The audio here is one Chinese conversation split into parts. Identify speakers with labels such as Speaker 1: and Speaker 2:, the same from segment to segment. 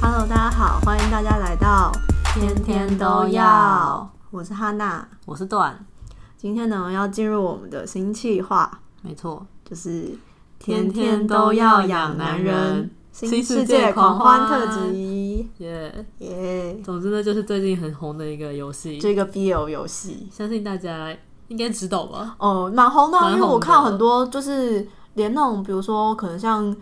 Speaker 1: Hello，大家好，欢迎大家来到
Speaker 2: 天天都要。
Speaker 1: 我是哈娜，
Speaker 2: 我是段，
Speaker 1: 今天呢要进入我们的新计划，
Speaker 2: 没错，
Speaker 1: 就是
Speaker 2: 天天都要养男人
Speaker 1: 新
Speaker 2: 新
Speaker 1: 世
Speaker 2: 世
Speaker 1: 界
Speaker 2: 界
Speaker 1: 狂
Speaker 2: 狂
Speaker 1: 欢特
Speaker 2: 欢
Speaker 1: 辑，
Speaker 2: 耶、
Speaker 1: 耶、
Speaker 2: 总之呢，就是最近很红的一个游戏，
Speaker 1: 这个 BL 游戏
Speaker 2: 相信大家应该知道吧？
Speaker 1: 哦，蛮红的啊，
Speaker 2: 蛮
Speaker 1: 因为
Speaker 2: 红
Speaker 1: 我
Speaker 2: 的
Speaker 1: 看很多就是连那种比如说可能像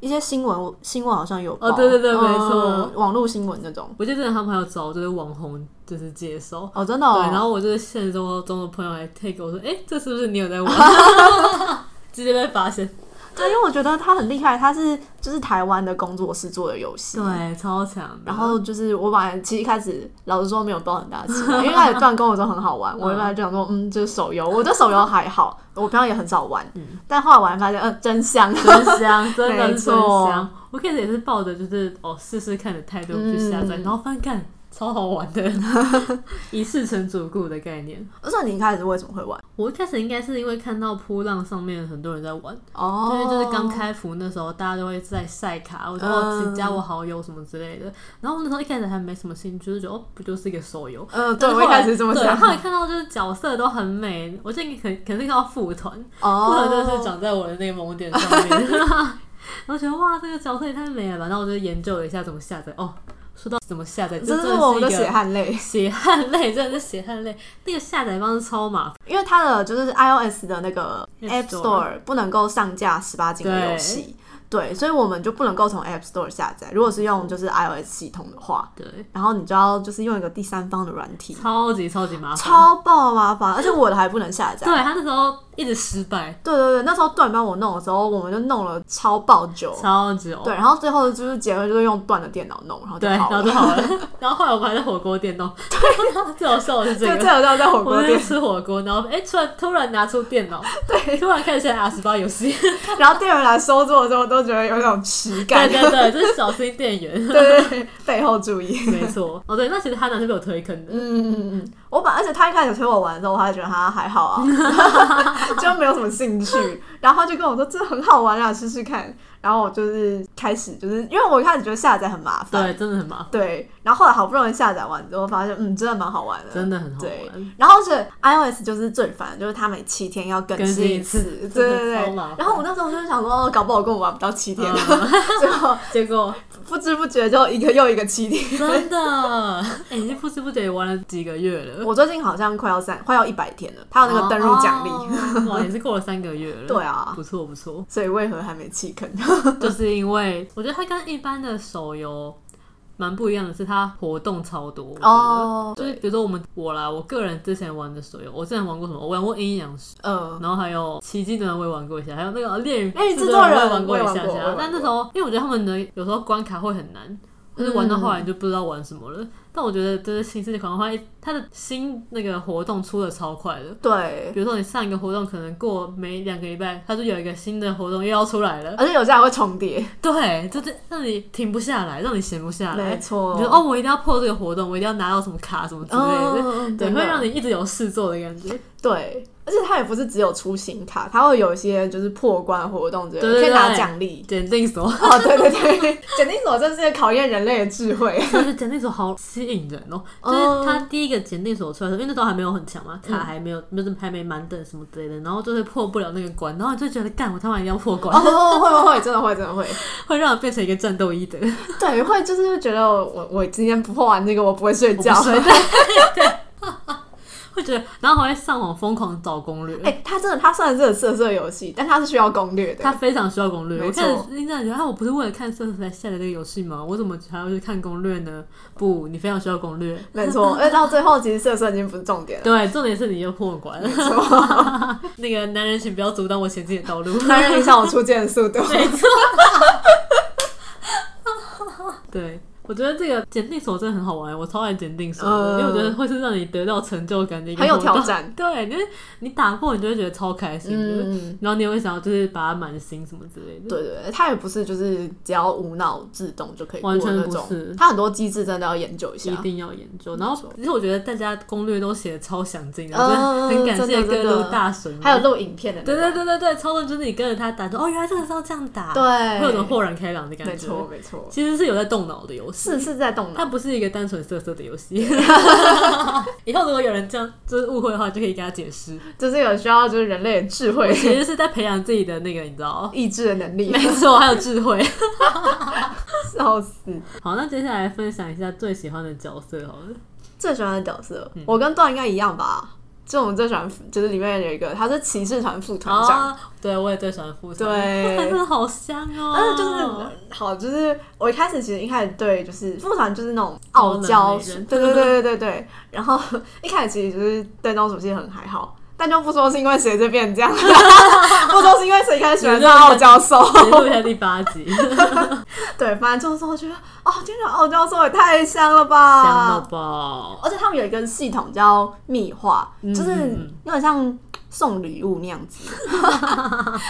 Speaker 1: 一些新闻，我新闻好像有
Speaker 2: 哦
Speaker 1: 报
Speaker 2: 对对对
Speaker 1: 嗯
Speaker 2: 没错
Speaker 1: 网络新闻那种。
Speaker 2: 我记得之前他们还有找就是网红就是介绍。
Speaker 1: 哦，真的、哦，
Speaker 2: 对，然后我就是现实生活中的朋友来 take 我说，哎、这是不是你有在玩？ 直接被发现，
Speaker 1: 对，因为我觉得他很厉害，他是就是台湾的工作室做的游戏。。
Speaker 2: 对，超强的。
Speaker 1: 然后就是我本来其实一开始老实说没有抱很大期 待，因为他也段跟我说很好玩，我本来就想说嗯，就是手游，我对手游还好，我平常也很少玩，但后来玩发现，呃，真香，
Speaker 2: 嗯 真香，真的
Speaker 1: 没
Speaker 2: 是真
Speaker 1: 错
Speaker 2: 香。我开始也是抱着就是哦试试看的态度去下载，
Speaker 1: 嗯
Speaker 2: 然后翻看超好玩 的，一试成主顾的概念。
Speaker 1: 而且你一开始为什么会玩？
Speaker 2: 我一开始应该是因为看到扑浪上面很多人在玩，
Speaker 1: 哦
Speaker 2: 因为就是刚，开服那时候，大家都会在晒卡，我说
Speaker 1: 嗯
Speaker 2: 哦，请加我好友什么之类的。然后我那时候一开始还没什么兴趣，就觉得哦，不就是一个手游。
Speaker 1: 嗯、对
Speaker 2: 但是
Speaker 1: 我
Speaker 2: 后
Speaker 1: 一
Speaker 2: 来
Speaker 1: 开始是这么
Speaker 2: 对
Speaker 1: 想，
Speaker 2: 后来看到就是角色都很美，我这个肯肯定要副团，副
Speaker 1: 哦
Speaker 2: 团真的是长在我的那个萌点 上面。然后觉得哇，这个角色也太美了吧！然后我就研究了一下怎么下载。哦，说到怎么下载，这
Speaker 1: 真
Speaker 2: 真
Speaker 1: 是我们
Speaker 2: 的
Speaker 1: 的
Speaker 2: 是一
Speaker 1: 血
Speaker 2: 个
Speaker 1: 汗泪，
Speaker 2: 血汗泪，真的是血汗泪。那个下载方式超麻烦。
Speaker 1: 因为它的就是 iOS 的那个 App
Speaker 2: App
Speaker 1: Store 不能够上架十八禁的游戏，对，所以我们就不能够从 App Store 下载。如果是用就是 iOS 系统的话，
Speaker 2: 对，
Speaker 1: 然后你就要就是用一个第三方的软体，
Speaker 2: 超级超级麻烦。
Speaker 1: 超爆麻烦，而且我的还不能下载
Speaker 2: 对。他那时候一直失败，
Speaker 1: 对对对，那时候段帮我弄的时候，我们就弄了超爆久，
Speaker 2: 超级哦
Speaker 1: 对，然后最后就是结论就是用段的电脑弄，然后就
Speaker 2: 对，然
Speaker 1: 好
Speaker 2: 后
Speaker 1: 了。
Speaker 2: 就好了。 然后后来我们还在火锅店弄， 最好笑的是这
Speaker 1: 对，最
Speaker 2: 个。
Speaker 1: 后要在火
Speaker 2: 我
Speaker 1: 锅
Speaker 2: 们
Speaker 1: 店
Speaker 2: 在，吃火锅，然后哎、突然突然拿出 电脑，对，突然开始 R 十八游戏，
Speaker 1: 然后店员来收桌的时候，都觉得有一种耻
Speaker 2: 对
Speaker 1: 感。
Speaker 2: 对对，就是小心店 员，
Speaker 1: 对对，背后注意。
Speaker 2: 没错。哦对，那其实他男是被我推坑的，
Speaker 1: 嗯嗯嗯嗯，我本而且他一开始推我玩的时候，我还觉得他还好啊， 就没有什么兴趣。然后他就跟我说这很好玩啊，试试看。然后我就是开始就是因为我一开始觉得下载很麻烦，
Speaker 2: 对，真的很麻烦，
Speaker 1: 对。然后后来好不容易下载完之后，发现嗯真的蛮好玩的，
Speaker 2: 真的很好
Speaker 1: 对
Speaker 2: 玩。。
Speaker 1: 然后是 iOS 就是最烦，就是它每七天要更
Speaker 2: 更
Speaker 1: 新
Speaker 2: 新
Speaker 1: 一
Speaker 2: 一次
Speaker 1: 次，对
Speaker 2: 真的
Speaker 1: 对
Speaker 2: 超
Speaker 1: 对
Speaker 2: 麻。烦
Speaker 1: 然后我那时候就是想说，哦，搞不好我根本玩不到七天，
Speaker 2: 嗯
Speaker 1: 结果
Speaker 2: 结果
Speaker 1: 不知不觉就一个又一个七天。
Speaker 2: 真的， 哎、已经不知不觉也玩了几个月了。
Speaker 1: 我最近好像快要三，快要一百天了，他有那个登录奖励。
Speaker 2: 哦哇，也是过了三个月 了。
Speaker 1: 对啊
Speaker 2: 不错不错，
Speaker 1: 所以为何还没弃坑？
Speaker 2: 就是因为我觉得它跟一般的手游蛮不一样的是，它活动超多。我觉得
Speaker 1: 哦
Speaker 2: 就是比如说我们我啦，我个人之前玩的手游，我之前玩过什么？我玩过阴阳师，
Speaker 1: 嗯，
Speaker 2: 然后还有奇迹的人我也玩过一下，还有那个猎人
Speaker 1: 哎制
Speaker 2: 制
Speaker 1: 作人
Speaker 2: 我也玩过一
Speaker 1: 我也
Speaker 2: 下
Speaker 1: 玩过我也玩
Speaker 2: 下
Speaker 1: 过。
Speaker 2: 但那时候因为我觉得他们的有时候关卡会很难。就是玩到后
Speaker 1: 嗯
Speaker 2: 来你就不知道玩什么了，但我觉得就是新世界狂欢，它的新那个活动出的超快的，
Speaker 1: 对，
Speaker 2: 比如说你上一个活动，可能过没两个礼拜，它就有一个新的活动又要出来了。
Speaker 1: 而且有些还会重叠，
Speaker 2: 对，就是让你停不下来，让你闲不下来。
Speaker 1: 没
Speaker 2: 啊你
Speaker 1: 错，
Speaker 2: 觉得哦，我一定要破这个活动，我一定要拿到什么卡什么之类哦的，
Speaker 1: 嗯，
Speaker 2: 对，
Speaker 1: 真的
Speaker 2: 会让你一直有事做的感觉。
Speaker 1: 对，而且它也不是只有出行卡，它会有一些就是破关活动之类的，
Speaker 2: 对
Speaker 1: 可
Speaker 2: 对对
Speaker 1: 以拿奖励。
Speaker 2: 检定所，
Speaker 1: 哦，对对对， 检定所真是考验人类的智慧。
Speaker 2: 但是检定所好吸引人哦。就
Speaker 1: 哦
Speaker 2: 是它第一个检定所出来的时候，因为那时候还没有很强嘛，卡还没有，就是还没满等什么之类的，然后就是破不了那个关，然后你就觉得干，我他妈一定要破关，
Speaker 1: 哦，会会会，真的会真的会，
Speaker 2: 会让你变成一个战斗医德。
Speaker 1: 对，会就是会觉得我我今天不破完这个，我不会睡觉
Speaker 2: 我。不睡 会觉得，然后还会上网疯狂找攻略。
Speaker 1: 哎，它真的，它虽然是个色色游戏，但它是需要攻略
Speaker 2: 他
Speaker 1: 的。
Speaker 2: 非常需要攻略。
Speaker 1: 没
Speaker 2: 我
Speaker 1: 错
Speaker 2: 开始真的觉得，啊，我不是为了看色色才下载这个游戏吗？我怎么还要去看攻略呢？不，你非常需要攻略。
Speaker 1: 没错，而且到最后其实色色已经不是重点了。
Speaker 2: 对，重点是你又破关。
Speaker 1: 没错，
Speaker 2: 那个男人，请不要阻挡我前进 的道路。
Speaker 1: 男人影响我出剑的速 度。
Speaker 2: 没错。对，我觉得这个检定手真的很好玩，我超爱检定手
Speaker 1: 嗯
Speaker 2: 的，因为我觉得会是让你得到成就感的一个
Speaker 1: 很有
Speaker 2: 活动
Speaker 1: 挑战。
Speaker 2: 对，因为你打过，你就会觉得超开心的。
Speaker 1: 嗯，
Speaker 2: 然后你也会想要就是把它满星什么之类的，
Speaker 1: 对对，对它也不是就是只要无脑自动就可以过
Speaker 2: 完全
Speaker 1: 那
Speaker 2: 不
Speaker 1: 种
Speaker 2: 是，
Speaker 1: 它很多机制真的要研究一下
Speaker 2: 一。定要研究。
Speaker 1: 没
Speaker 2: 然后
Speaker 1: 错，
Speaker 2: 其实我觉得大家攻略都写的超详尽的，
Speaker 1: 嗯
Speaker 2: 我真的很感谢
Speaker 1: 真的
Speaker 2: 各
Speaker 1: 真的
Speaker 2: 路大神们。
Speaker 1: 还有录影片的那
Speaker 2: 对
Speaker 1: 种，
Speaker 2: 对对对对，超多就是你跟着他打，说哦，原来这个是要这样打，
Speaker 1: 对，
Speaker 2: 会有种豁然开朗的感觉。
Speaker 1: 没错没错，
Speaker 2: 其实是有在动脑的游游戏，
Speaker 1: 是是在动
Speaker 2: 它
Speaker 1: 脑，
Speaker 2: 不是一个单纯色色的游戏。以后如果有人这样就是误会的话，就可以跟他解释，
Speaker 1: 就是有需要就是人类的智慧、。
Speaker 2: 其实是在培养自己的那个，你知道
Speaker 1: 意志的能力
Speaker 2: 没，错，还有智慧。
Speaker 1: 笑死！
Speaker 2: 好，那接下来分享一下最喜欢的角色好了。
Speaker 1: 最喜欢的角色，我跟段应该一样吧？就我们最喜欢就是里面有一个，他是骑士团副团长，
Speaker 2: 啊，对我也最喜欢副厂，
Speaker 1: 对
Speaker 2: 他真的好香哦。
Speaker 1: 但是就是好，就是我一开始其实一开始对就是副团就是那种傲娇，
Speaker 2: 高冷美人
Speaker 1: 对对对对对 对。然后一开始其实就是对那种属性很还好，但就不说是因为谁就变这样，不说是因为谁开始喜欢上傲娇兽。
Speaker 2: 结束一下第八集，
Speaker 1: 对，反正就是我觉得哦，天哪，傲娇兽也太香了
Speaker 2: 香到
Speaker 1: 吧！
Speaker 2: 爆。
Speaker 1: 而且他们有一个系统叫密化，就是
Speaker 2: 嗯嗯
Speaker 1: 有点像。送礼物那样子，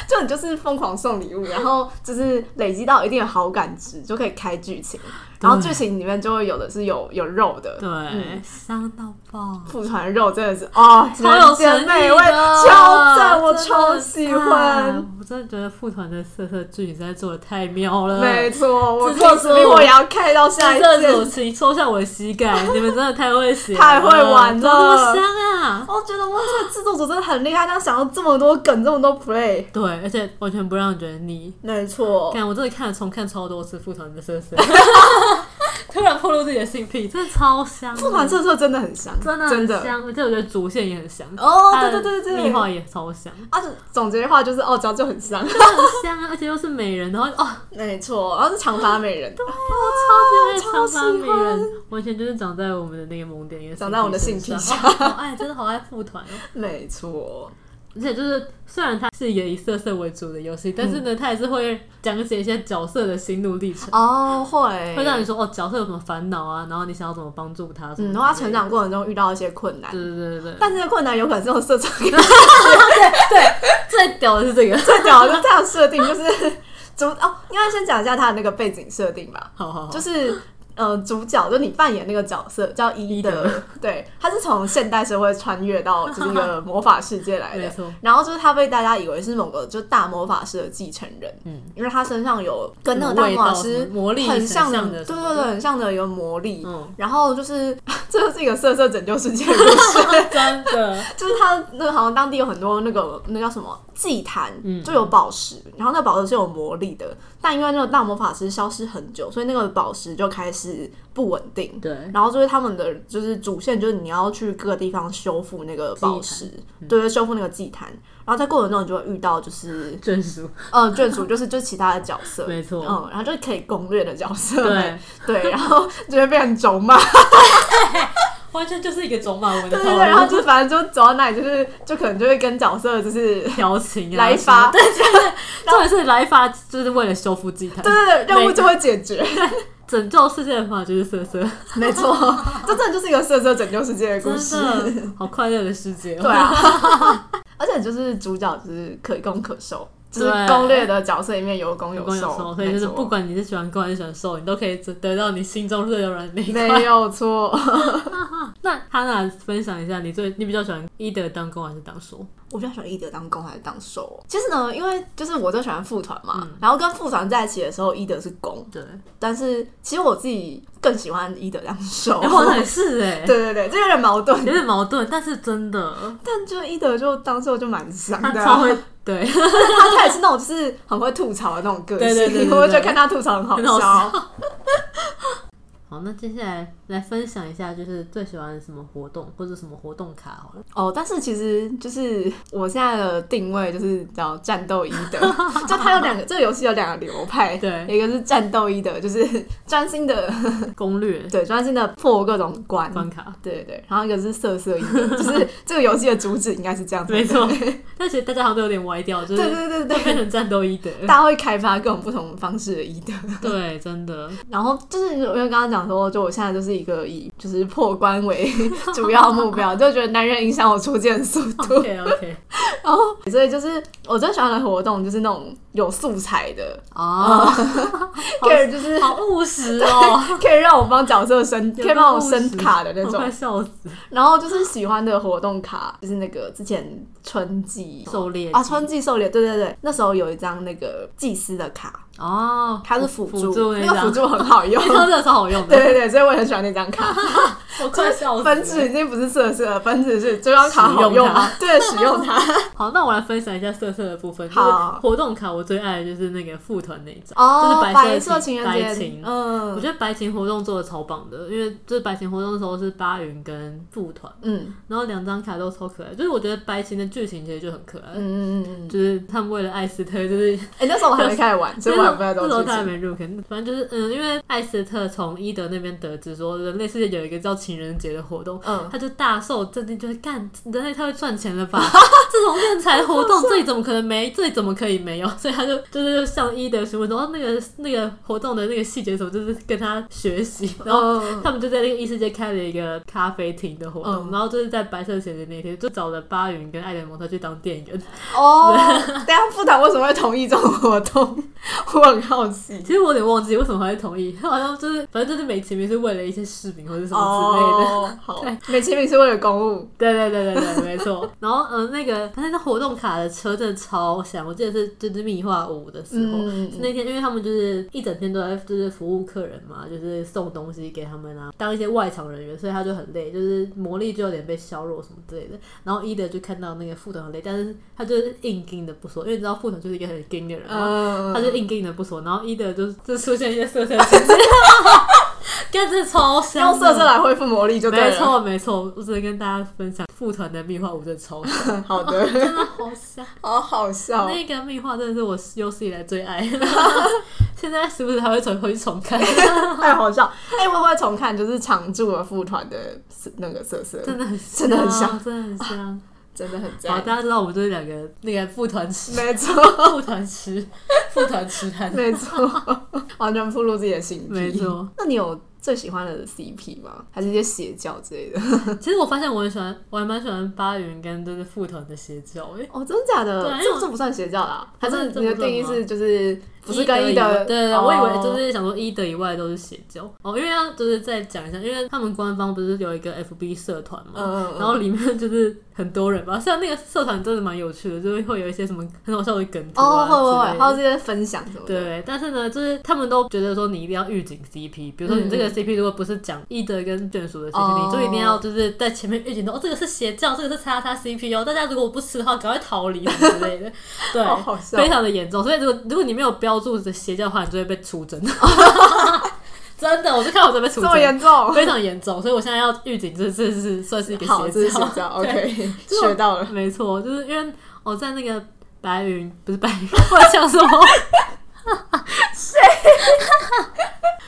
Speaker 1: 就你就是疯狂送礼物，然后就是累积到一定的好感值，就可以开剧情。然后剧情里面就会有的是有有肉的，
Speaker 2: 对，
Speaker 1: 嗯
Speaker 2: 香到爆。
Speaker 1: 副团肉真的是哦，
Speaker 2: 超有
Speaker 1: 人
Speaker 2: 神
Speaker 1: 间
Speaker 2: 秘
Speaker 1: 美
Speaker 2: 的，
Speaker 1: 味，超赞，我
Speaker 2: 真的
Speaker 1: 超喜欢。
Speaker 2: 啊赞！我真的觉得副团的色色剧实在做的太妙了，
Speaker 1: 没错，我
Speaker 2: 这
Speaker 1: 做
Speaker 2: 就是
Speaker 1: 指令我也要开到下一
Speaker 2: 这主
Speaker 1: 件。
Speaker 2: 题抽下我的膝盖，你们真的太会写了，
Speaker 1: 太会玩了
Speaker 2: 怎么那么香啊！
Speaker 1: 我哦觉得哇，这个制作组真的很厉害，他想要这么多梗，这么多 play。
Speaker 2: 对，而且完全不让人觉得腻。
Speaker 1: 没错，
Speaker 2: 看，我真的看了重看超多次副团的色 色，突然暴露自己的性癖，真的超香的。
Speaker 1: 副团色色真的很香，
Speaker 2: 真的
Speaker 1: 真
Speaker 2: 很
Speaker 1: 的。
Speaker 2: 香，而且我觉得主线也很香。
Speaker 1: 哦，
Speaker 2: 它
Speaker 1: 对
Speaker 2: 的
Speaker 1: 对对对
Speaker 2: 蜜
Speaker 1: 对，
Speaker 2: 话也超香，
Speaker 1: 啊，总结的话就是傲娇就很香。
Speaker 2: 真的很香啊！而且又是美人，然后哦，
Speaker 1: 没错，然后是长发美人，
Speaker 2: 我超级爱
Speaker 1: 超
Speaker 2: 长
Speaker 1: 喜
Speaker 2: 发美
Speaker 1: 欢
Speaker 2: 人，完全就是长在我们的那个萌点，也
Speaker 1: 长在我们的性癖上
Speaker 2: 上。哦好爱，真的好爱副团哦！
Speaker 1: 没错，
Speaker 2: 而且就是，虽然它是一个以色色为主的游戏，但
Speaker 1: 嗯
Speaker 2: 是呢，它也是会讲解一些角色的心路历程，
Speaker 1: 哦会
Speaker 2: 会让你说哦，角色有什么烦恼啊，然后你想要怎么帮助他，什
Speaker 1: 嗯，
Speaker 2: 么之
Speaker 1: 然后他
Speaker 2: 类的
Speaker 1: 成。长过程中遇到一些困难
Speaker 2: 对，对对对对，
Speaker 1: 但这些困难有可能是用色彩 给
Speaker 2: 最屌的 是这个。
Speaker 1: 最屌的，就它的设定 就是主哦，应该先讲一下它的那个背景设定吧，
Speaker 2: 好好好，
Speaker 1: 就是。呃，主角就你扮演那个角色叫伊
Speaker 2: 伊
Speaker 1: 德，对，他是从现代社会穿越到这个魔法世界来
Speaker 2: 没
Speaker 1: 的。
Speaker 2: 错，
Speaker 1: 然后就是他被大家以为是某个就大魔法师的继承人，
Speaker 2: 嗯
Speaker 1: 因为他身上有跟那个
Speaker 2: 有
Speaker 1: 大
Speaker 2: 味
Speaker 1: 魔法
Speaker 2: 道什
Speaker 1: 师
Speaker 2: 么魔力
Speaker 1: 很
Speaker 2: 很
Speaker 1: 像
Speaker 2: 像
Speaker 1: 对
Speaker 2: 的什么
Speaker 1: 对对，
Speaker 2: 的
Speaker 1: 很像的一个魔力。
Speaker 2: 嗯，
Speaker 1: 然后就是这就是一个色色拯救世界的故 事，
Speaker 2: 真的，
Speaker 1: 就是他那个好像当地有很多那个那叫什么祭坛，
Speaker 2: 嗯
Speaker 1: 就有宝石，然后那宝石是有魔力的，但因为那个大魔法师消失很久，所以那个宝石就开始不稳定。
Speaker 2: 对，
Speaker 1: 然后就是他们的就是主线就是你要去各个地方修复那个宝石，
Speaker 2: 嗯
Speaker 1: 对对，修复那个祭坛。然后在过程中你就会遇到就是
Speaker 2: 眷属，
Speaker 1: 呃眷属，就是就是其他的角色，
Speaker 2: 没错
Speaker 1: 嗯，然后就是可以攻略的角色，
Speaker 2: 对，
Speaker 1: 对，然后就会被人咒骂，
Speaker 2: 完全就是一个种马文的
Speaker 1: 对
Speaker 2: 套
Speaker 1: 对
Speaker 2: 路，
Speaker 1: 对，然后就反正就走到哪里就是就可能就会跟角色就是
Speaker 2: 调情啊，
Speaker 1: 来发，
Speaker 2: 什么
Speaker 1: 对对
Speaker 2: 重点是来发就是为了修复祭坛，
Speaker 1: 对，任务就会解决，
Speaker 2: 拯救世界的方法就是色色，
Speaker 1: 没错，这真的 就是一个色色拯救世界的故事，
Speaker 2: 真的好快乐的世界、哦。
Speaker 1: 对，啊，而且就是主角就是可攻可受，就是
Speaker 2: 对
Speaker 1: 攻略的角色里面有攻
Speaker 2: 有攻有
Speaker 1: 受，
Speaker 2: 受，所以就是
Speaker 1: 没错
Speaker 2: 不管你是喜欢攻还是喜欢受，你都可以得到你心中最柔软 的那一
Speaker 1: 没
Speaker 2: 块。
Speaker 1: 有错，
Speaker 2: 那哈娜分享一下，你最你比较喜欢伊德当攻还是当受？
Speaker 1: 我比较喜欢伊德当攻还是当受？其实呢，因为就是我就喜欢副团嘛，然后跟副团在一起的时候，伊德是攻，
Speaker 2: 对，
Speaker 1: 但是其实我自己更喜欢伊德当受，
Speaker 2: 哎好像也是哎、
Speaker 1: 对对对，这有点矛盾，
Speaker 2: 有点矛盾，但是真的，
Speaker 1: 但就伊德就当受就蛮香
Speaker 2: 他
Speaker 1: 的啊、
Speaker 2: 超会对，
Speaker 1: 他他也是那种就是很会吐槽的那种个性，
Speaker 2: 对对对对对
Speaker 1: 我就觉得看他吐槽很好
Speaker 2: 很好
Speaker 1: 笑。
Speaker 2: 好，那接下来来分享一下，就是最喜欢什么活动或者什么活动卡好了。
Speaker 1: 哦，但是其实就是我现在的定位就是叫战斗伊德，就它有两个，这个游戏有两个流派，
Speaker 2: 对
Speaker 1: 一个是战斗伊德，就是专心的，
Speaker 2: 攻略
Speaker 1: 对，专心的破各种关。
Speaker 2: 关卡，
Speaker 1: 对对对，然后一个是色色伊德，就是这个游戏的主旨应该是这样子，
Speaker 2: 没错。但其实大家好像都有点歪掉，就
Speaker 1: 对
Speaker 2: 是
Speaker 1: 对对对
Speaker 2: 会变
Speaker 1: 对，
Speaker 2: 成战斗伊 德。
Speaker 1: 大家会开发各种不同方式的伊德，
Speaker 2: 对，真的，
Speaker 1: 然后就是因为刚刚讲说，就我现在就是一个以就是破关为 主要目标，就觉得男人影响我出剑速度。
Speaker 2: OK OK，
Speaker 1: 然后，所以就是我最喜欢的活动就是那种有素材的，
Speaker 2: 哦，
Speaker 1: 可以就是
Speaker 2: 好务实哦，
Speaker 1: 可以让我帮角色升，
Speaker 2: 有
Speaker 1: 可以帮我
Speaker 2: 那么务实
Speaker 1: 升卡的那
Speaker 2: 我快
Speaker 1: 种。
Speaker 2: 笑死！
Speaker 1: 然后就是喜欢的活动卡，就是那个之前春季
Speaker 2: 狩猎
Speaker 1: 啊，春季狩猎，对对对，那时候有一张那个祭司的卡，
Speaker 2: 哦，
Speaker 1: 它是辅
Speaker 2: 辅助
Speaker 1: 那个辅
Speaker 2: 张，
Speaker 1: 助很好 用
Speaker 2: 那。张真的超好用
Speaker 1: 对
Speaker 2: 的，
Speaker 1: 对对，所以我很喜欢那张 卡。
Speaker 2: 我快笑死了。
Speaker 1: 分支已经不是色色了，分支是这张卡
Speaker 2: 使
Speaker 1: 好
Speaker 2: 用
Speaker 1: 用
Speaker 2: 它
Speaker 1: 吗？对，使用 它。
Speaker 2: 好，那我来分享一下色色的部分。就是
Speaker 1: 好
Speaker 2: 活动卡，我最爱的就是那个副团那一张，
Speaker 1: 哦，
Speaker 2: 就是
Speaker 1: 白
Speaker 2: 色
Speaker 1: 色情
Speaker 2: 白
Speaker 1: 人节
Speaker 2: 情，我
Speaker 1: 嗯
Speaker 2: 觉得白琴活动做的超棒的，因为就是白琴活动的时候是巴云跟副团，
Speaker 1: 嗯
Speaker 2: 然后两张卡都超可爱。就是我觉得白琴的剧情其实就很可爱，
Speaker 1: 嗯嗯嗯嗯。
Speaker 2: 就是他们为了艾斯特，就是
Speaker 1: 哎，那时候我还没开始玩，所以我还不太
Speaker 2: 那
Speaker 1: 懂
Speaker 2: 时候
Speaker 1: 剧
Speaker 2: 他还
Speaker 1: 情。
Speaker 2: 没入坑，反正就是嗯，因为艾斯特从伊德那边得知说人类世界有一个叫情人节的活动，
Speaker 1: 嗯，
Speaker 2: 他就大受震惊，就是干人类太会赚钱了吧？这种敛财活动，这里怎么可能没？这里怎么可以没有？所以他就就是向伊德询问说，哦，那个那个活动的那个细节什么，就是跟他学习。然后
Speaker 1: 嗯
Speaker 2: 他们就在那个异世界开了一个咖啡厅的活动，
Speaker 1: 嗯
Speaker 2: 然后就是在白色情人节那天，就找了巴云跟艾德蒙特去当店员。
Speaker 1: 哦，等一下副团为什么会同意这种活动？我很好奇。
Speaker 2: 其实我有点忘记为什么他会同意，他 好像就是反正就是美其名是为了一些市民或者什么之类的。
Speaker 1: 哦， 好，美其名是为了公务。
Speaker 2: 对对对对对，没错。 然后嗯、呃那个但是那活动卡的车真的超响，我记得是就是密画五的时候。
Speaker 1: 嗯，
Speaker 2: 那天，因为他们就是一整天都在就是服务客人嘛，就是送东西给他们啊，当一些外场人员，所以他就很累，就是魔力就有点被削弱什么之类的。然后伊德就看到那个副团很累，但是他就是硬盯的不说，因为你知道副团就是一个很盯的人嘛，
Speaker 1: 嗯，
Speaker 2: 他就硬盯的不说。然后伊德就就出现一些色色的 情节，干这超香的，
Speaker 1: 用色色来恢复魔力就对
Speaker 2: 没
Speaker 1: 了。
Speaker 2: 错没错，我只能跟大家分享副团的壁画，我真的超香，
Speaker 1: 好 的，
Speaker 2: 真的好香。
Speaker 1: 好好笑。
Speaker 2: 那个壁画真的是我有史以来最 爱，现在时不时还会重回去重看，
Speaker 1: 太好笑！哎、我会不会重看就是常驻的副团的色那个色色？
Speaker 2: 真的很啊香
Speaker 1: 真的很香，
Speaker 2: 真的很香。
Speaker 1: 真的很
Speaker 2: 好，
Speaker 1: 赞。
Speaker 2: 大家知道我们就是两个那个副团吃，
Speaker 1: 没错，
Speaker 2: 副团吃，副团吃汉。
Speaker 1: 没 错，完全暴露自己的心机。
Speaker 2: 没错，
Speaker 1: 那你有最喜欢的 CP 吗？还是一些邪教之 类的？
Speaker 2: 其实我发现我很喜欢，我还蛮喜欢八云跟就是副团的邪教欸诶。
Speaker 1: 哦，真的假的
Speaker 2: 对？因为
Speaker 1: 这
Speaker 2: 我
Speaker 1: 这不算邪教啦，还
Speaker 2: 不算
Speaker 1: 是你的
Speaker 2: 这不算
Speaker 1: 定义
Speaker 2: 吗
Speaker 1: 是就是不是
Speaker 2: 伊德
Speaker 1: 跟
Speaker 2: 以
Speaker 1: 一的？
Speaker 2: 啊外对对，
Speaker 1: 哦
Speaker 2: 我以为就是想说一德以外都是邪教哦，因为要就是再讲一下，因为他们官方不是有一个 FB 社团嘛，
Speaker 1: 嗯嗯嗯
Speaker 2: 然后里面就是很多人吧，虽然那个社团真的蛮有趣的，就是会有一些什么很好笑的梗图
Speaker 1: 哦，
Speaker 2: 啊
Speaker 1: 会会
Speaker 2: 之类
Speaker 1: 会，
Speaker 2: 的
Speaker 1: 还有这些分享什么的。
Speaker 2: 对，但是呢，就是他们都觉得说你一定要预警 CP，比如说你这个
Speaker 1: 嗯
Speaker 2: CP 如果不是讲一德跟眷属的 CP，、
Speaker 1: 哦
Speaker 2: 你就一定要就是在前面预警到哦，这个是邪教，这个是叉叉 CP 哦，大家如果不吃的话，赶快逃离什么之类 的，对，
Speaker 1: 好好笑
Speaker 2: 非常的严重。所以如果如果你没有标注的邪教的话，你就会 被出征。 真的，我就看我这被出
Speaker 1: 这么
Speaker 2: 征，
Speaker 1: 严重？
Speaker 2: 非常严重。所以我现在要预警，这这是算是一个
Speaker 1: 好，这是
Speaker 2: 邪
Speaker 1: 邪教。
Speaker 2: 教。 对
Speaker 1: OK，
Speaker 2: 这种
Speaker 1: 学到了。
Speaker 2: 没错，就是因为我在那个白云，不是白云，我在想什么？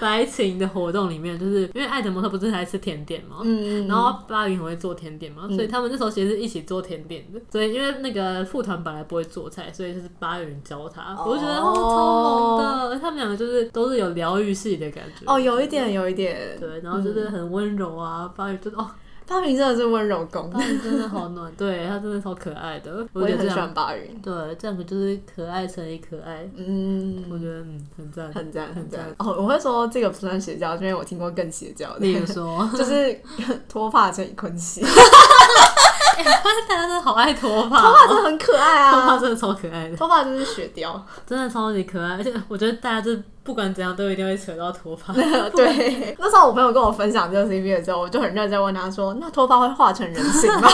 Speaker 2: 白琴的活动里面，就是因为艾德蒙特不是还吃甜点吗？
Speaker 1: 嗯，
Speaker 2: 然后巴云很会做甜点嘛，所以他们那时候其实是一起做甜点的。所以因为那个副团本来不会做菜，所以就是巴云教他，我就觉得哦超萌的。他们两个就是都是有疗愈系的感觉
Speaker 1: 哦，嗯有一点，有一点。
Speaker 2: 对，然后就是很温柔啊，巴云就是哦，
Speaker 1: 巴云真的是温柔攻，
Speaker 2: 巴云真的好暖，对他真的超可爱的，
Speaker 1: 我也
Speaker 2: 觉得
Speaker 1: 很
Speaker 2: 这
Speaker 1: 喜
Speaker 2: 样
Speaker 1: 欢巴云。
Speaker 2: 对，这两个就是可爱乘以可爱，
Speaker 1: 嗯，
Speaker 2: 我觉得嗯很赞。
Speaker 1: 很赞很赞
Speaker 2: 很赞。
Speaker 1: 哦，我会说这个不算邪教，因为我听过更邪教的
Speaker 2: 例，如 说，
Speaker 1: 就是 脱发乘以昆西，
Speaker 2: 哎我发现大家真的好爱脱发
Speaker 1: 头发
Speaker 2: 哦，
Speaker 1: 真的很可爱
Speaker 2: 脱发
Speaker 1: 啊，
Speaker 2: 真的超可爱的，
Speaker 1: 头发就是雪貂，
Speaker 2: 真的超级可爱。而且我觉得大家就是不管怎样都一定会扯到脱 发。
Speaker 1: 对。那时候我朋友跟我分享这个 CP 的时候，我就很认真问他说：“那脱发会化成人形吗？”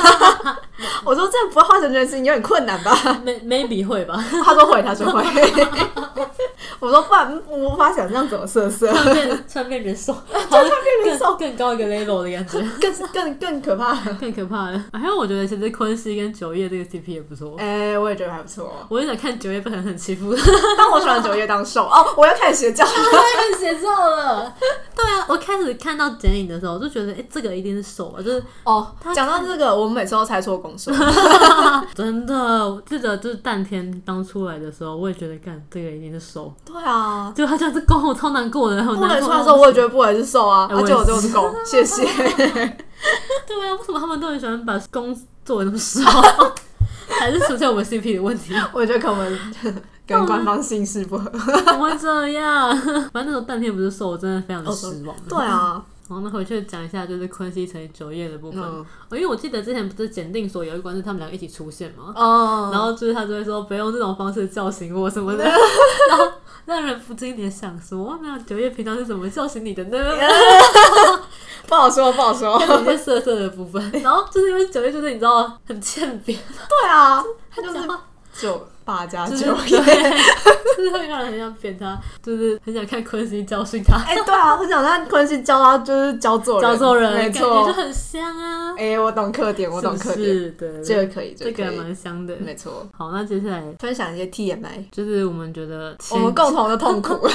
Speaker 1: 我说：“这不会化成人形有点困难吧
Speaker 2: May- Maybe 会 吧，？”
Speaker 1: 他说会，他说会。我说不然我无法想象怎么色 色，
Speaker 2: 突然变突然变人 瘦，好
Speaker 1: 突然变人
Speaker 2: 更
Speaker 1: 瘦
Speaker 2: 更高一个 level 的感 觉，
Speaker 1: 更更更可怕。
Speaker 2: 更可怕了。还有我觉得其实昆西跟九叶这个 CP 也不错，
Speaker 1: 哎、我也觉得还不错，
Speaker 2: 我就想看九叶被狠狠欺负。
Speaker 1: 但我喜欢九月当受哦，我要开始邪教了。
Speaker 2: 太写照了。对啊，我开始看到剪影的时候，我就觉得，哎、这个一定是手啊，就是
Speaker 1: 哦，讲到这个，我们每次都猜错公式。
Speaker 2: 真的，我记得就是当天刚出来的时候，我也觉得，干这个一定是手，
Speaker 1: 对啊，
Speaker 2: 就他这样子攻我，超难过的，好
Speaker 1: 不能
Speaker 2: 难
Speaker 1: 出
Speaker 2: 过。
Speaker 1: 来的时候，我也觉得不能是瘦啊，
Speaker 2: 哎
Speaker 1: 而且我就是狗，谢谢。
Speaker 2: 对啊，为什么他们都很喜欢把攻做的那么少？ 还是出现我们 CP 的问题？
Speaker 1: 我觉得可 能跟官方姓氏不合。
Speaker 2: 怎么会这样？反正那时候当天不是瘦，我真的非常的失望。
Speaker 1: 对啊，
Speaker 2: 然后那回去讲一下，就是昆西乘以九叶的部分、
Speaker 1: 嗯
Speaker 2: 哦因为我记得之前不是检定所有一关是他们俩一起出现吗？
Speaker 1: 嗯，嗯
Speaker 2: 然后就是他就会说不要用这种方式叫醒我什么的，然后让人不禁联想说，那九月平常是怎么叫醒你的呢？
Speaker 1: 不好说，不好说。
Speaker 2: 看你是色色的 部分，然后就是因为九月就是你知道很欠扁，
Speaker 1: 对啊，他 就
Speaker 2: 讲
Speaker 1: 是
Speaker 2: 话
Speaker 1: 九八加
Speaker 2: 就
Speaker 1: 九
Speaker 2: 是
Speaker 1: 耶。
Speaker 2: 对， 就是会让人很想扁他，就是很想看昆西教训他，
Speaker 1: 哎、对啊，我想让昆西教他就是教做人，
Speaker 2: 教做人，
Speaker 1: 没
Speaker 2: 感觉
Speaker 1: 错
Speaker 2: 就。很香啊，
Speaker 1: 哎、我懂课点，我懂
Speaker 2: 是
Speaker 1: 课
Speaker 2: 不
Speaker 1: 点，
Speaker 2: 是？对，
Speaker 1: 这个
Speaker 2: 对
Speaker 1: 可以，
Speaker 2: 这
Speaker 1: 个
Speaker 2: 个还
Speaker 1: 可以，
Speaker 2: 蛮香的。
Speaker 1: 没错。
Speaker 2: 好，那接下来
Speaker 1: 分享一些 TMI，
Speaker 2: 就是我们觉得
Speaker 1: 我
Speaker 2: 钱
Speaker 1: 们共同的痛苦。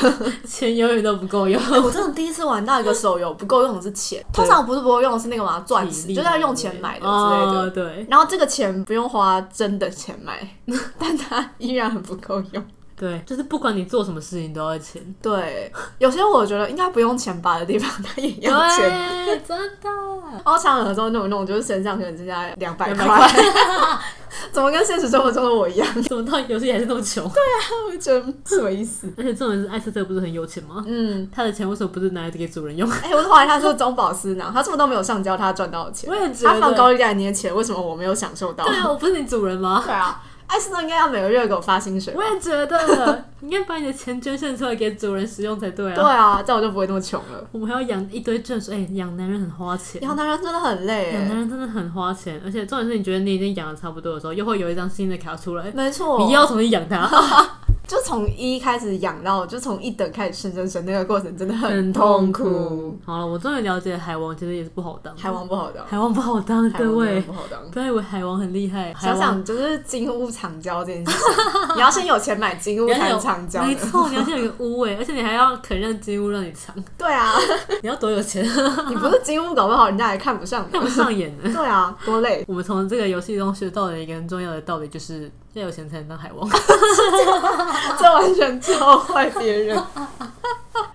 Speaker 2: 钱永远都不够用，
Speaker 1: 哎我真的第一次玩到一个手游不够用的是钱，通常不是不够用的是那个嘛 钻石，
Speaker 2: 体力
Speaker 1: 就是要用钱买的之类
Speaker 2: 哦
Speaker 1: 的。
Speaker 2: 对
Speaker 1: 然后这个钱不用花真的钱买， 但它依然很不够用。
Speaker 2: 对，就是不管你做什么事情都要钱，
Speaker 1: 对，有些我觉得应该不用钱拔的地方，它也要钱。
Speaker 2: 对，真的。
Speaker 1: 包场合之后弄一弄，就是身上可能剩下两百
Speaker 2: 200
Speaker 1: 块， 怎么跟现实生活中的我一样？
Speaker 2: 怎么到游戏还是那么穷？
Speaker 1: 我觉得什么意思？
Speaker 2: 而且重点是艾斯特不是很有钱吗？
Speaker 1: 嗯，
Speaker 2: 他的钱为什么不是拿来给主人用？
Speaker 1: 哎、我后来他说中饱私囊，他什么都没有上交他赚到的钱
Speaker 2: 我，也觉
Speaker 1: 他
Speaker 2: 得。
Speaker 1: 放高利贷你的钱，为什么我没有享受到？
Speaker 2: 对啊，我不是你主人吗？
Speaker 1: 对啊，艾斯特应该要每个月给我发薪水吧。
Speaker 2: 我也觉得，你应该把你的钱捐献出来给主人使用才对啊。
Speaker 1: 对啊，这样我就不会那么穷了。
Speaker 2: 我们还要养一堆眷属，哎、养男人很花钱。
Speaker 1: 养男人真的很累
Speaker 2: 养男
Speaker 1: 欸，
Speaker 2: 人真的很花钱，而且重点是，你觉得你已经养的差不多的时候，又会有一张新的卡出来，
Speaker 1: 没错，
Speaker 2: 你又要重新养它，
Speaker 1: 就从一开始养到，就从一等开始升升升，那个过程真的
Speaker 2: 很
Speaker 1: 痛
Speaker 2: 苦。。好了，我终于了解海王其实也是不好当，
Speaker 1: 海王不好当，
Speaker 2: 海王不好当，
Speaker 1: 海
Speaker 2: 各
Speaker 1: 王真的
Speaker 2: 位，
Speaker 1: 不好当。
Speaker 2: 不要以为海王很厉害，海
Speaker 1: 想
Speaker 2: 王
Speaker 1: 想就是金屋藏娇这件事情，你要先有钱买金屋
Speaker 2: 你
Speaker 1: 才
Speaker 2: 要有
Speaker 1: 能藏娇
Speaker 2: 没
Speaker 1: 的。
Speaker 2: 错，你要先有一个屋哎，而且你还要肯让金屋让你藏，
Speaker 1: 对啊，
Speaker 2: 你要多有钱，
Speaker 1: 你不是金屋，搞不好人家还看不上你
Speaker 2: 看。不上眼呢。
Speaker 1: 对啊，多 累。
Speaker 2: 我们从这个游戏中学到的一个很重要的道理，就是要有钱才能当海王。
Speaker 1: 这完全教坏别人。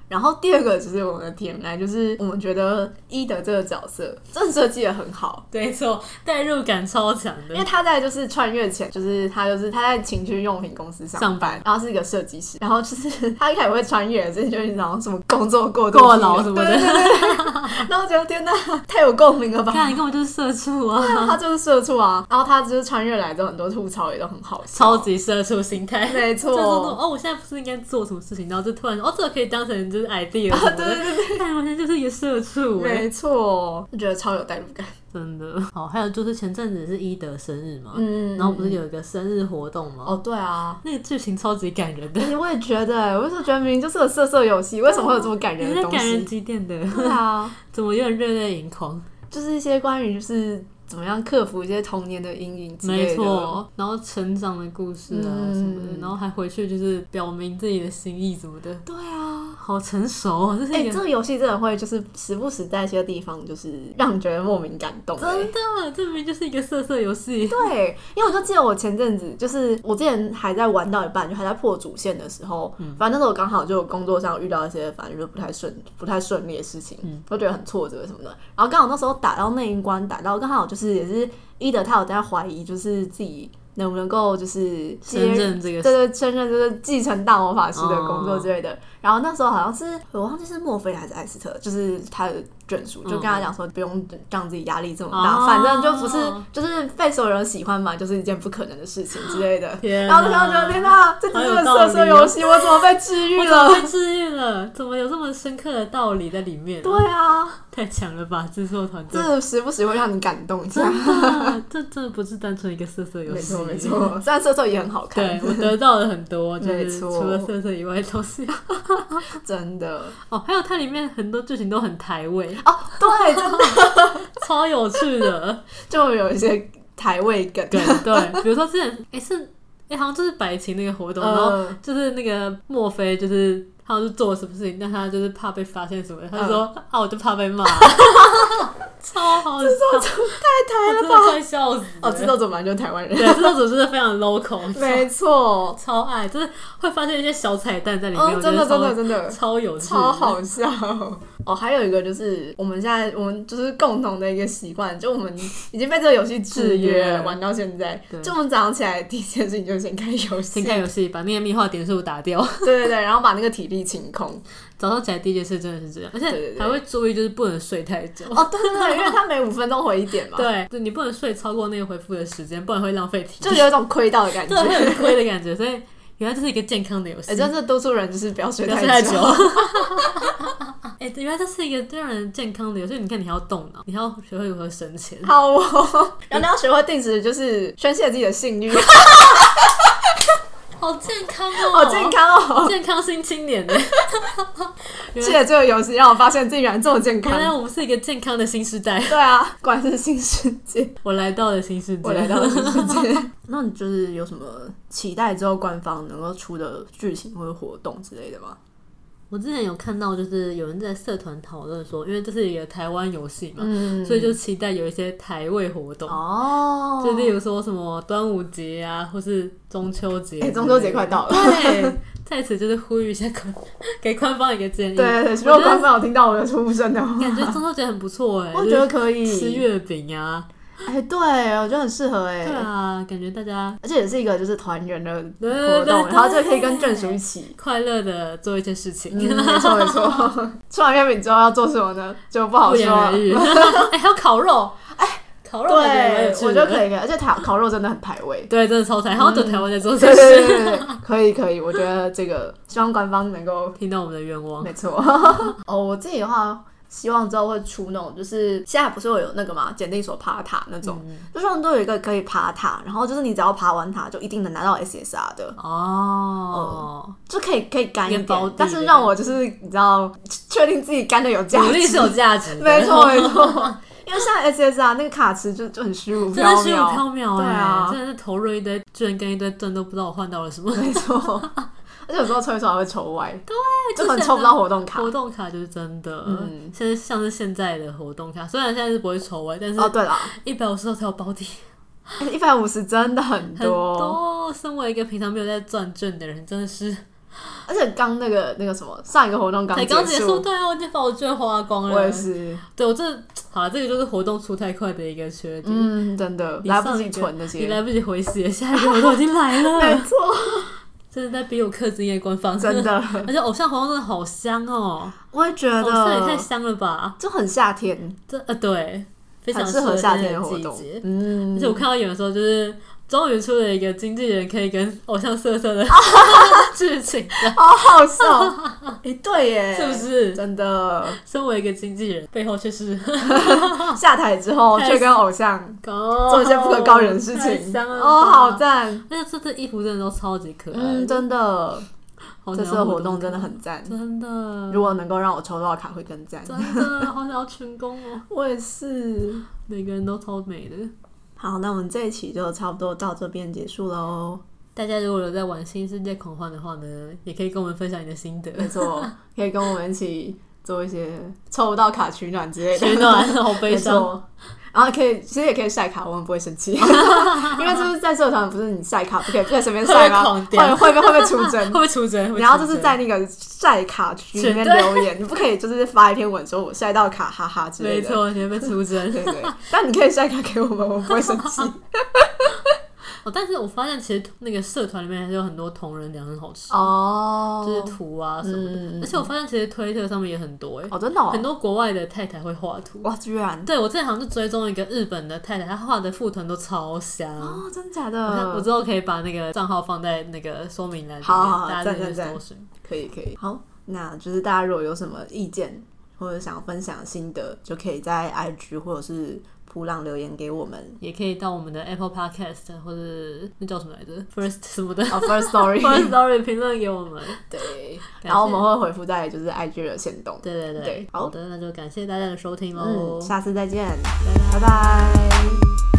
Speaker 1: 然后第二个就是我们的 TMI，就是我们觉得伊德这个角色真的设计的很好，
Speaker 2: 对，错，代入感超强的
Speaker 1: 因为。他在就是穿越前，就是他就是他在情趣用品公司上
Speaker 2: 上
Speaker 1: 班
Speaker 2: 班，
Speaker 1: 然后是一个设计师，然后就是 他一开始会穿越，所以就是然后什么工作过度
Speaker 2: 过劳什么的
Speaker 1: 对对对对 对然后我觉得天哪，太有共鸣了吧。
Speaker 2: 看，你根本就是社畜啊，
Speaker 1: 他就是社畜啊，然后他就是穿越来之后，很多吐槽也都很好笑，
Speaker 2: 超级社畜心态。
Speaker 1: 没
Speaker 2: 就是说
Speaker 1: 错，
Speaker 2: 哦，我现在不是应该做什么事情，然后就突然哦，这个可以当成就是 idea
Speaker 1: 啊
Speaker 2: 什么
Speaker 1: 对对
Speaker 2: 的，
Speaker 1: 对
Speaker 2: 但完全就是一个社畜
Speaker 1: 对，
Speaker 2: 哎，
Speaker 1: 没错，就觉得超有代入感，
Speaker 2: 真的。 好，还有就是前阵子是伊德生日嘛，
Speaker 1: 嗯
Speaker 2: 然后不是有一个生日活动吗？
Speaker 1: 哦，对啊。
Speaker 2: 那个剧情超级感人的，
Speaker 1: 哎我也觉得，我就觉得明明就是个色色游戏，为什么会有这么感
Speaker 2: 你
Speaker 1: 人
Speaker 2: 是
Speaker 1: 的
Speaker 2: 在
Speaker 1: 东
Speaker 2: 感人
Speaker 1: 西？
Speaker 2: 几点的？
Speaker 1: 对啊，
Speaker 2: 怎么有点热泪盈眶？
Speaker 1: 就是一些关于就是怎么样克服一些童年的阴影之类的。
Speaker 2: 没错，然后成长的故事啊
Speaker 1: 嗯
Speaker 2: 什么的，然后还回去就是表明自己的心意什么的，
Speaker 1: 对啊，
Speaker 2: 好成熟哦，这是
Speaker 1: 哎、
Speaker 2: 一
Speaker 1: 这
Speaker 2: 个。
Speaker 1: 个游戏真的会就是时不时在一些地方就是让你觉得莫名感动、哎
Speaker 2: 真的，这明明就是一个色色游戏。
Speaker 1: 对，因为我就记得我前阵子，就是我之前还在玩到一半，就还在破主线的时候，
Speaker 2: 嗯
Speaker 1: 反正那时候我刚好就有工作上遇到一些反正就不太顺、不太顺利的事情，
Speaker 2: 嗯
Speaker 1: 我就觉得很挫折什么的。然后刚好那时候打到那一关，打到刚好就是也是伊德他有在怀疑，就是自己能不能够就是接
Speaker 2: 深圳这个
Speaker 1: 对对，承认就是继承大魔法师的工
Speaker 2: 哦
Speaker 1: 作之类的。然后那时候好像是我忘记是墨菲还是艾斯特，就是他的眷属，就跟他讲说不用让自己压力这么大，
Speaker 2: 嗯哦
Speaker 1: 反正就不是就是被所有人喜欢嘛，就是一件不可能的事情之类的。
Speaker 2: 天
Speaker 1: 然后就觉得天哪，这只是个色色游戏，我怎么被治
Speaker 2: 我
Speaker 1: 愈
Speaker 2: 怎么
Speaker 1: 了？
Speaker 2: 会治愈了？怎么有这么深刻的道理在里面？
Speaker 1: 对啊，
Speaker 2: 太强了吧，制作团队！
Speaker 1: 这时不时会让你感动一下。
Speaker 2: 真的，啊这真的不是单纯一个色色游
Speaker 1: 没
Speaker 2: 戏。
Speaker 1: 错没。错，虽然色色也很好看
Speaker 2: 对，我得到了很多，就
Speaker 1: 没
Speaker 2: 是
Speaker 1: 错
Speaker 2: 除了色色以外的东西。
Speaker 1: 真的
Speaker 2: 哦，还有它里面很多剧情都很台味，
Speaker 1: 哦，对，真的
Speaker 2: 超有趣的。
Speaker 1: 就有一些台味梗，
Speaker 2: 对对，比如说之前，哎、是哎、好像就是百情那个活动，然后
Speaker 1: 嗯，
Speaker 2: 就是那个墨菲，就是他好像是做了什么事情，但他就是怕被发现什么的，他就说、
Speaker 1: 呃
Speaker 2: 啊，我就怕被骂， 超好笑，
Speaker 1: 太台
Speaker 2: 我
Speaker 1: 了
Speaker 2: 真
Speaker 1: 吧？
Speaker 2: 的快笑死了。
Speaker 1: 哦，制作组本来就是台湾人，
Speaker 2: 对，制作组真的非 常 local，超
Speaker 1: 没错，
Speaker 2: 超爱，就是会发现一些小彩蛋在里面，
Speaker 1: 嗯，
Speaker 2: 我觉
Speaker 1: 真的
Speaker 2: 得
Speaker 1: 真的
Speaker 2: 超
Speaker 1: 真的。
Speaker 2: 超有趣，
Speaker 1: 超。好笑 哦！还有一个就是我们现在我们就是共同的一个习惯，就我们已经被这个游戏制
Speaker 2: 制
Speaker 1: 约
Speaker 2: 约
Speaker 1: 玩到现在。
Speaker 2: 对
Speaker 1: 就我们早上起来第一件事情就是先看游戏，
Speaker 2: 先看游戏，把那个密话点数打掉。
Speaker 1: 对对对，然后把那个体力清空。
Speaker 2: 早上起来第一件事真的是这样，而
Speaker 1: 对对
Speaker 2: 且
Speaker 1: 对
Speaker 2: 还会注意就是不能睡太久。
Speaker 1: 哦，对对对，因为它每五分钟回一点嘛，
Speaker 2: 对，就你不能睡超过那个回复的时间，不然会浪费体力
Speaker 1: 就。有一种亏到的感觉
Speaker 2: 对，。会很亏的感觉，所以原来这是一个健康的游戏，
Speaker 1: 哎、真的读书人就是不要学
Speaker 2: 不要睡太
Speaker 1: 久
Speaker 2: 久。 哎、原来这是一个让人健康的游戏。你看，你还要动脑，你还要学会如何省钱。
Speaker 1: 好哦， 然后你要学会定时就是宣泄自己的性 欲，
Speaker 2: 好健康哦，
Speaker 1: 好健，康 哦！
Speaker 2: 健康新青年呢。
Speaker 1: 借了这个游戏让我发现自己原来这么健
Speaker 2: 原来
Speaker 1: 康。
Speaker 2: 我们是一个健康的新时代，
Speaker 1: 对啊，果然是新世界，
Speaker 2: 我来到了新世界，
Speaker 1: 我来到了新世界。 那你就是有什么期待之后官方能够出的剧情或者活动之类的吗？
Speaker 2: 我之前有看到，就是有人在社团讨论说，因为这是一个台湾游戏嘛，
Speaker 1: 嗯
Speaker 2: 所以就期待有一些台味活动，
Speaker 1: 哦，
Speaker 2: 就例如说什么端午节啊，或是中秋节之类的、
Speaker 1: 哎中秋节快到了
Speaker 2: 对，在此就是呼吁一下官，给官方一个建议。
Speaker 1: 对啊对对，如果
Speaker 2: 我觉得
Speaker 1: 官方有听到我的出声的话，
Speaker 2: 感觉中秋节很不错哎、
Speaker 1: 我觉得可以
Speaker 2: 就是吃月饼啊，
Speaker 1: 哎、对我觉得很适合哎、
Speaker 2: 对啊，感觉大家
Speaker 1: 而且也是一个就是团圆的
Speaker 2: 对
Speaker 1: 活
Speaker 2: 对对
Speaker 1: 动，
Speaker 2: 对
Speaker 1: 然后就可以跟眷属一起。
Speaker 2: 快乐的做一些事情，
Speaker 1: 嗯，没错没 错。吃完月饼之后要做什么呢？就不好
Speaker 2: 不
Speaker 1: 说
Speaker 2: 言而
Speaker 1: 了。
Speaker 2: 喻。哦 哎、还有烤肉，哎，烤肉感觉蛮有
Speaker 1: 对，
Speaker 2: 趣
Speaker 1: 我
Speaker 2: 的
Speaker 1: 觉得可以，而且烤烤肉真的很排位。
Speaker 2: 对，真的超台，好像只有台湾在做这
Speaker 1: 对
Speaker 2: 个
Speaker 1: 对对
Speaker 2: 事，
Speaker 1: 对对，可以可以，我觉得这个希望官方能够
Speaker 2: 听到我们的愿望。
Speaker 1: 没错。 哦，我自己的话，希望之后会出那种，就是现在不是会有那个嘛，检定所爬塔那
Speaker 2: 嗯
Speaker 1: 种，就是他们都有一个可以爬塔，然后就是你只要爬完塔，就一定能拿到 SSR 的，
Speaker 2: 哦，
Speaker 1: 就可以可以干一
Speaker 2: 一个保
Speaker 1: 点。
Speaker 2: 底
Speaker 1: 但是让我就是你知道，确定自己干的有价
Speaker 2: 努力
Speaker 1: 值
Speaker 2: 是，有价值的，
Speaker 1: 没错没错。因为像 SSR 那个卡池就就很虚无
Speaker 2: 真的
Speaker 1: 缥
Speaker 2: 虚无缥缈
Speaker 1: 对
Speaker 2: 哎，
Speaker 1: 啊，
Speaker 2: 真的是投入一堆券跟一堆盾，都不知道我换到了什么。
Speaker 1: 没错。 而且有时候抽一抽还会抽歪，对，
Speaker 2: 就
Speaker 1: 根
Speaker 2: 是
Speaker 1: 本抽不到活动卡
Speaker 2: 活。动卡就是真的，
Speaker 1: 嗯
Speaker 2: 现在像是现在的活动卡，虽然现在是不会筹哎，但是
Speaker 1: 哦，对了，
Speaker 2: 一百五十才有保底，
Speaker 1: 一百五十真的
Speaker 2: 很多。身为一个平常没有在赚券的人，真的是
Speaker 1: 而且刚那个那个什么，上一个活动刚
Speaker 2: 才刚结束，
Speaker 1: 束，
Speaker 2: 对啊，我已经把我券花光了。
Speaker 1: 我也，是，
Speaker 2: 对我这好了，这个就是活动出太快的一个缺点，
Speaker 1: 嗯，真的
Speaker 2: 你
Speaker 1: 来
Speaker 2: 上
Speaker 1: 不及
Speaker 2: 一个
Speaker 1: 存那
Speaker 2: 你
Speaker 1: 些，
Speaker 2: 来不及回血，下一个活动已经 来
Speaker 1: 没
Speaker 2: 了，
Speaker 1: 错，
Speaker 2: 真的在逼我氪金耶，官方
Speaker 1: 真。的，
Speaker 2: 而且偶像活动真的好香哦，
Speaker 1: 我也觉
Speaker 2: 偶像也哦太
Speaker 1: 得
Speaker 2: 香了吧！
Speaker 1: 就很夏天，
Speaker 2: 这呃对，非常
Speaker 1: 很适合夏天
Speaker 2: 的
Speaker 1: 的活动
Speaker 2: 季节。。而
Speaker 1: 嗯
Speaker 2: 且，我看到有人说，就是终于出了一个经纪人可以跟偶像 色色的剧情的，
Speaker 1: 好哦好笑， 哎，对耶，
Speaker 2: 是不？是？
Speaker 1: 真的，
Speaker 2: 身为一个经纪人，背后却是
Speaker 1: 下台之后
Speaker 2: 哦太哦
Speaker 1: 却跟偶像
Speaker 2: 做
Speaker 1: 做一些不可告人的事情，哦，好！赞，
Speaker 2: 那这次衣服真的都超级可爱，
Speaker 1: 嗯，真的，
Speaker 2: 呃好
Speaker 1: 这
Speaker 2: 想
Speaker 1: 次
Speaker 2: 要哦
Speaker 1: 的活动真的很赞，
Speaker 2: 真的，
Speaker 1: 如果能够让我抽到卡会更赞，
Speaker 2: 真的好想要成功哦！
Speaker 1: 我也是。
Speaker 2: 每个人都超美的。
Speaker 1: 好，那我们这一期就差不多到这边结束喽。
Speaker 2: 大家如果有在玩《新世界狂欢》的话呢，也可以跟我们分享你的心得。
Speaker 1: 没错， 可以跟我们一起做一些抽不到卡取暖之类的，
Speaker 2: 取暖，好悲
Speaker 1: 没
Speaker 2: 伤。
Speaker 1: 错。然后可以，其实也可以晒卡，我们不会生气， 因为就是在社团，不是你晒卡不可以不可以随便晒吗？
Speaker 2: 会
Speaker 1: 会
Speaker 2: 被狂掉
Speaker 1: 会被会被出
Speaker 2: 会
Speaker 1: 征
Speaker 2: 不。会出征？会不会
Speaker 1: 然后
Speaker 2: 出
Speaker 1: 就
Speaker 2: 征
Speaker 1: 是在那个晒卡区里面留言，你不可以就是发一篇文说我晒到卡哈哈之类
Speaker 2: 没
Speaker 1: 的。
Speaker 2: 错，你会被出 征。
Speaker 1: 对对，但你可以晒卡给我们，我们不会生 气。
Speaker 2: 哦，但是我发现其实那个社团里面还是有很多同人粮很好吃，
Speaker 1: 哦
Speaker 2: 就是图啊什么的。
Speaker 1: 嗯
Speaker 2: 而且我发现其实推特上面也很多哎、
Speaker 1: 哦，真的、哦
Speaker 2: 很，多国外的太太会画图。
Speaker 1: 哇，居然
Speaker 2: 对我之前好像就追踪一个日本的太太，她画的副臀都超香。
Speaker 1: 哦，真假
Speaker 2: 我看我
Speaker 1: 的，
Speaker 2: 之后可以把那个账号放在那个说明栏里面，
Speaker 1: 好好好
Speaker 2: 大家自己
Speaker 1: 赞
Speaker 2: 去
Speaker 1: 赞
Speaker 2: 搜寻。
Speaker 1: 可以可以。好，那就是大家如果有什么意见或者想要分享心得，就可以在 IG 或者是普浪留言给我们。
Speaker 2: 也可以到我们的 Apple Podcast 或者那叫什么来着，First 什么的
Speaker 1: 哦、f i r s t Story，
Speaker 2: First Story 评论给我们。
Speaker 1: 对，然后我们会回复在就是 IG 的线动。嗯
Speaker 2: 对对对，
Speaker 1: 对
Speaker 2: 好的，那就感谢大家的收听喽，
Speaker 1: 嗯，下次再见，
Speaker 2: 拜
Speaker 1: 拜
Speaker 2: 拜。
Speaker 1: 拜